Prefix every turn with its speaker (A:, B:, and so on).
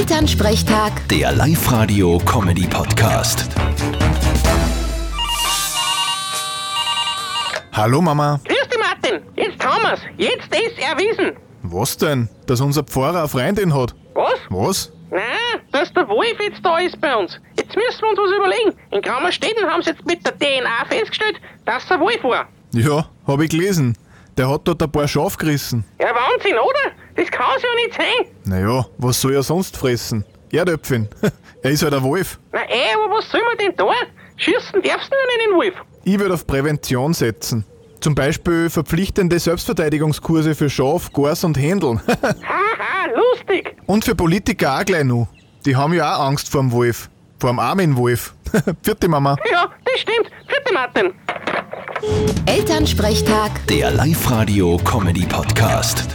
A: Elternsprechtag,
B: Der Live-Radio-Comedy-Podcast.
C: Hallo Mama,
D: Grüß dich, Martin. Jetzt haben wir's. Jetzt ist erwiesen.
C: was denn? Dass unser Pfarrer eine Freundin hat.
D: Was?
C: Was?
D: Nein, dass der Wolf jetzt da ist bei uns. Jetzt müssen wir uns was überlegen. In Kammerstädten haben sie jetzt mit der DNA festgestellt, dass der Wolf war.
C: Ja, habe ich gelesen. Der hat dort ein paar Schaf gerissen.
D: Ja, Wahnsinn, oder? Das kann's ja nicht sein.
C: Naja, was soll er sonst fressen? Erdäpfchen. er ist halt ein Wolf.
D: Na ey, aber was soll man denn da? Schießen darfst du ja nicht in den Wolf.
C: Ich würde auf Prävention setzen. Zum Beispiel verpflichtende Selbstverteidigungskurse für Schaf, Gors und Händeln.
D: Haha, lustig.
C: und für Politiker auch gleich noch. Die haben ja auch Angst vorm Wolf. Vorm armen Wolf. Vierte Mama.
D: Ja, das stimmt. Vierte Martin.
A: Elternsprechtag.
B: Der Live-Radio-Comedy-Podcast.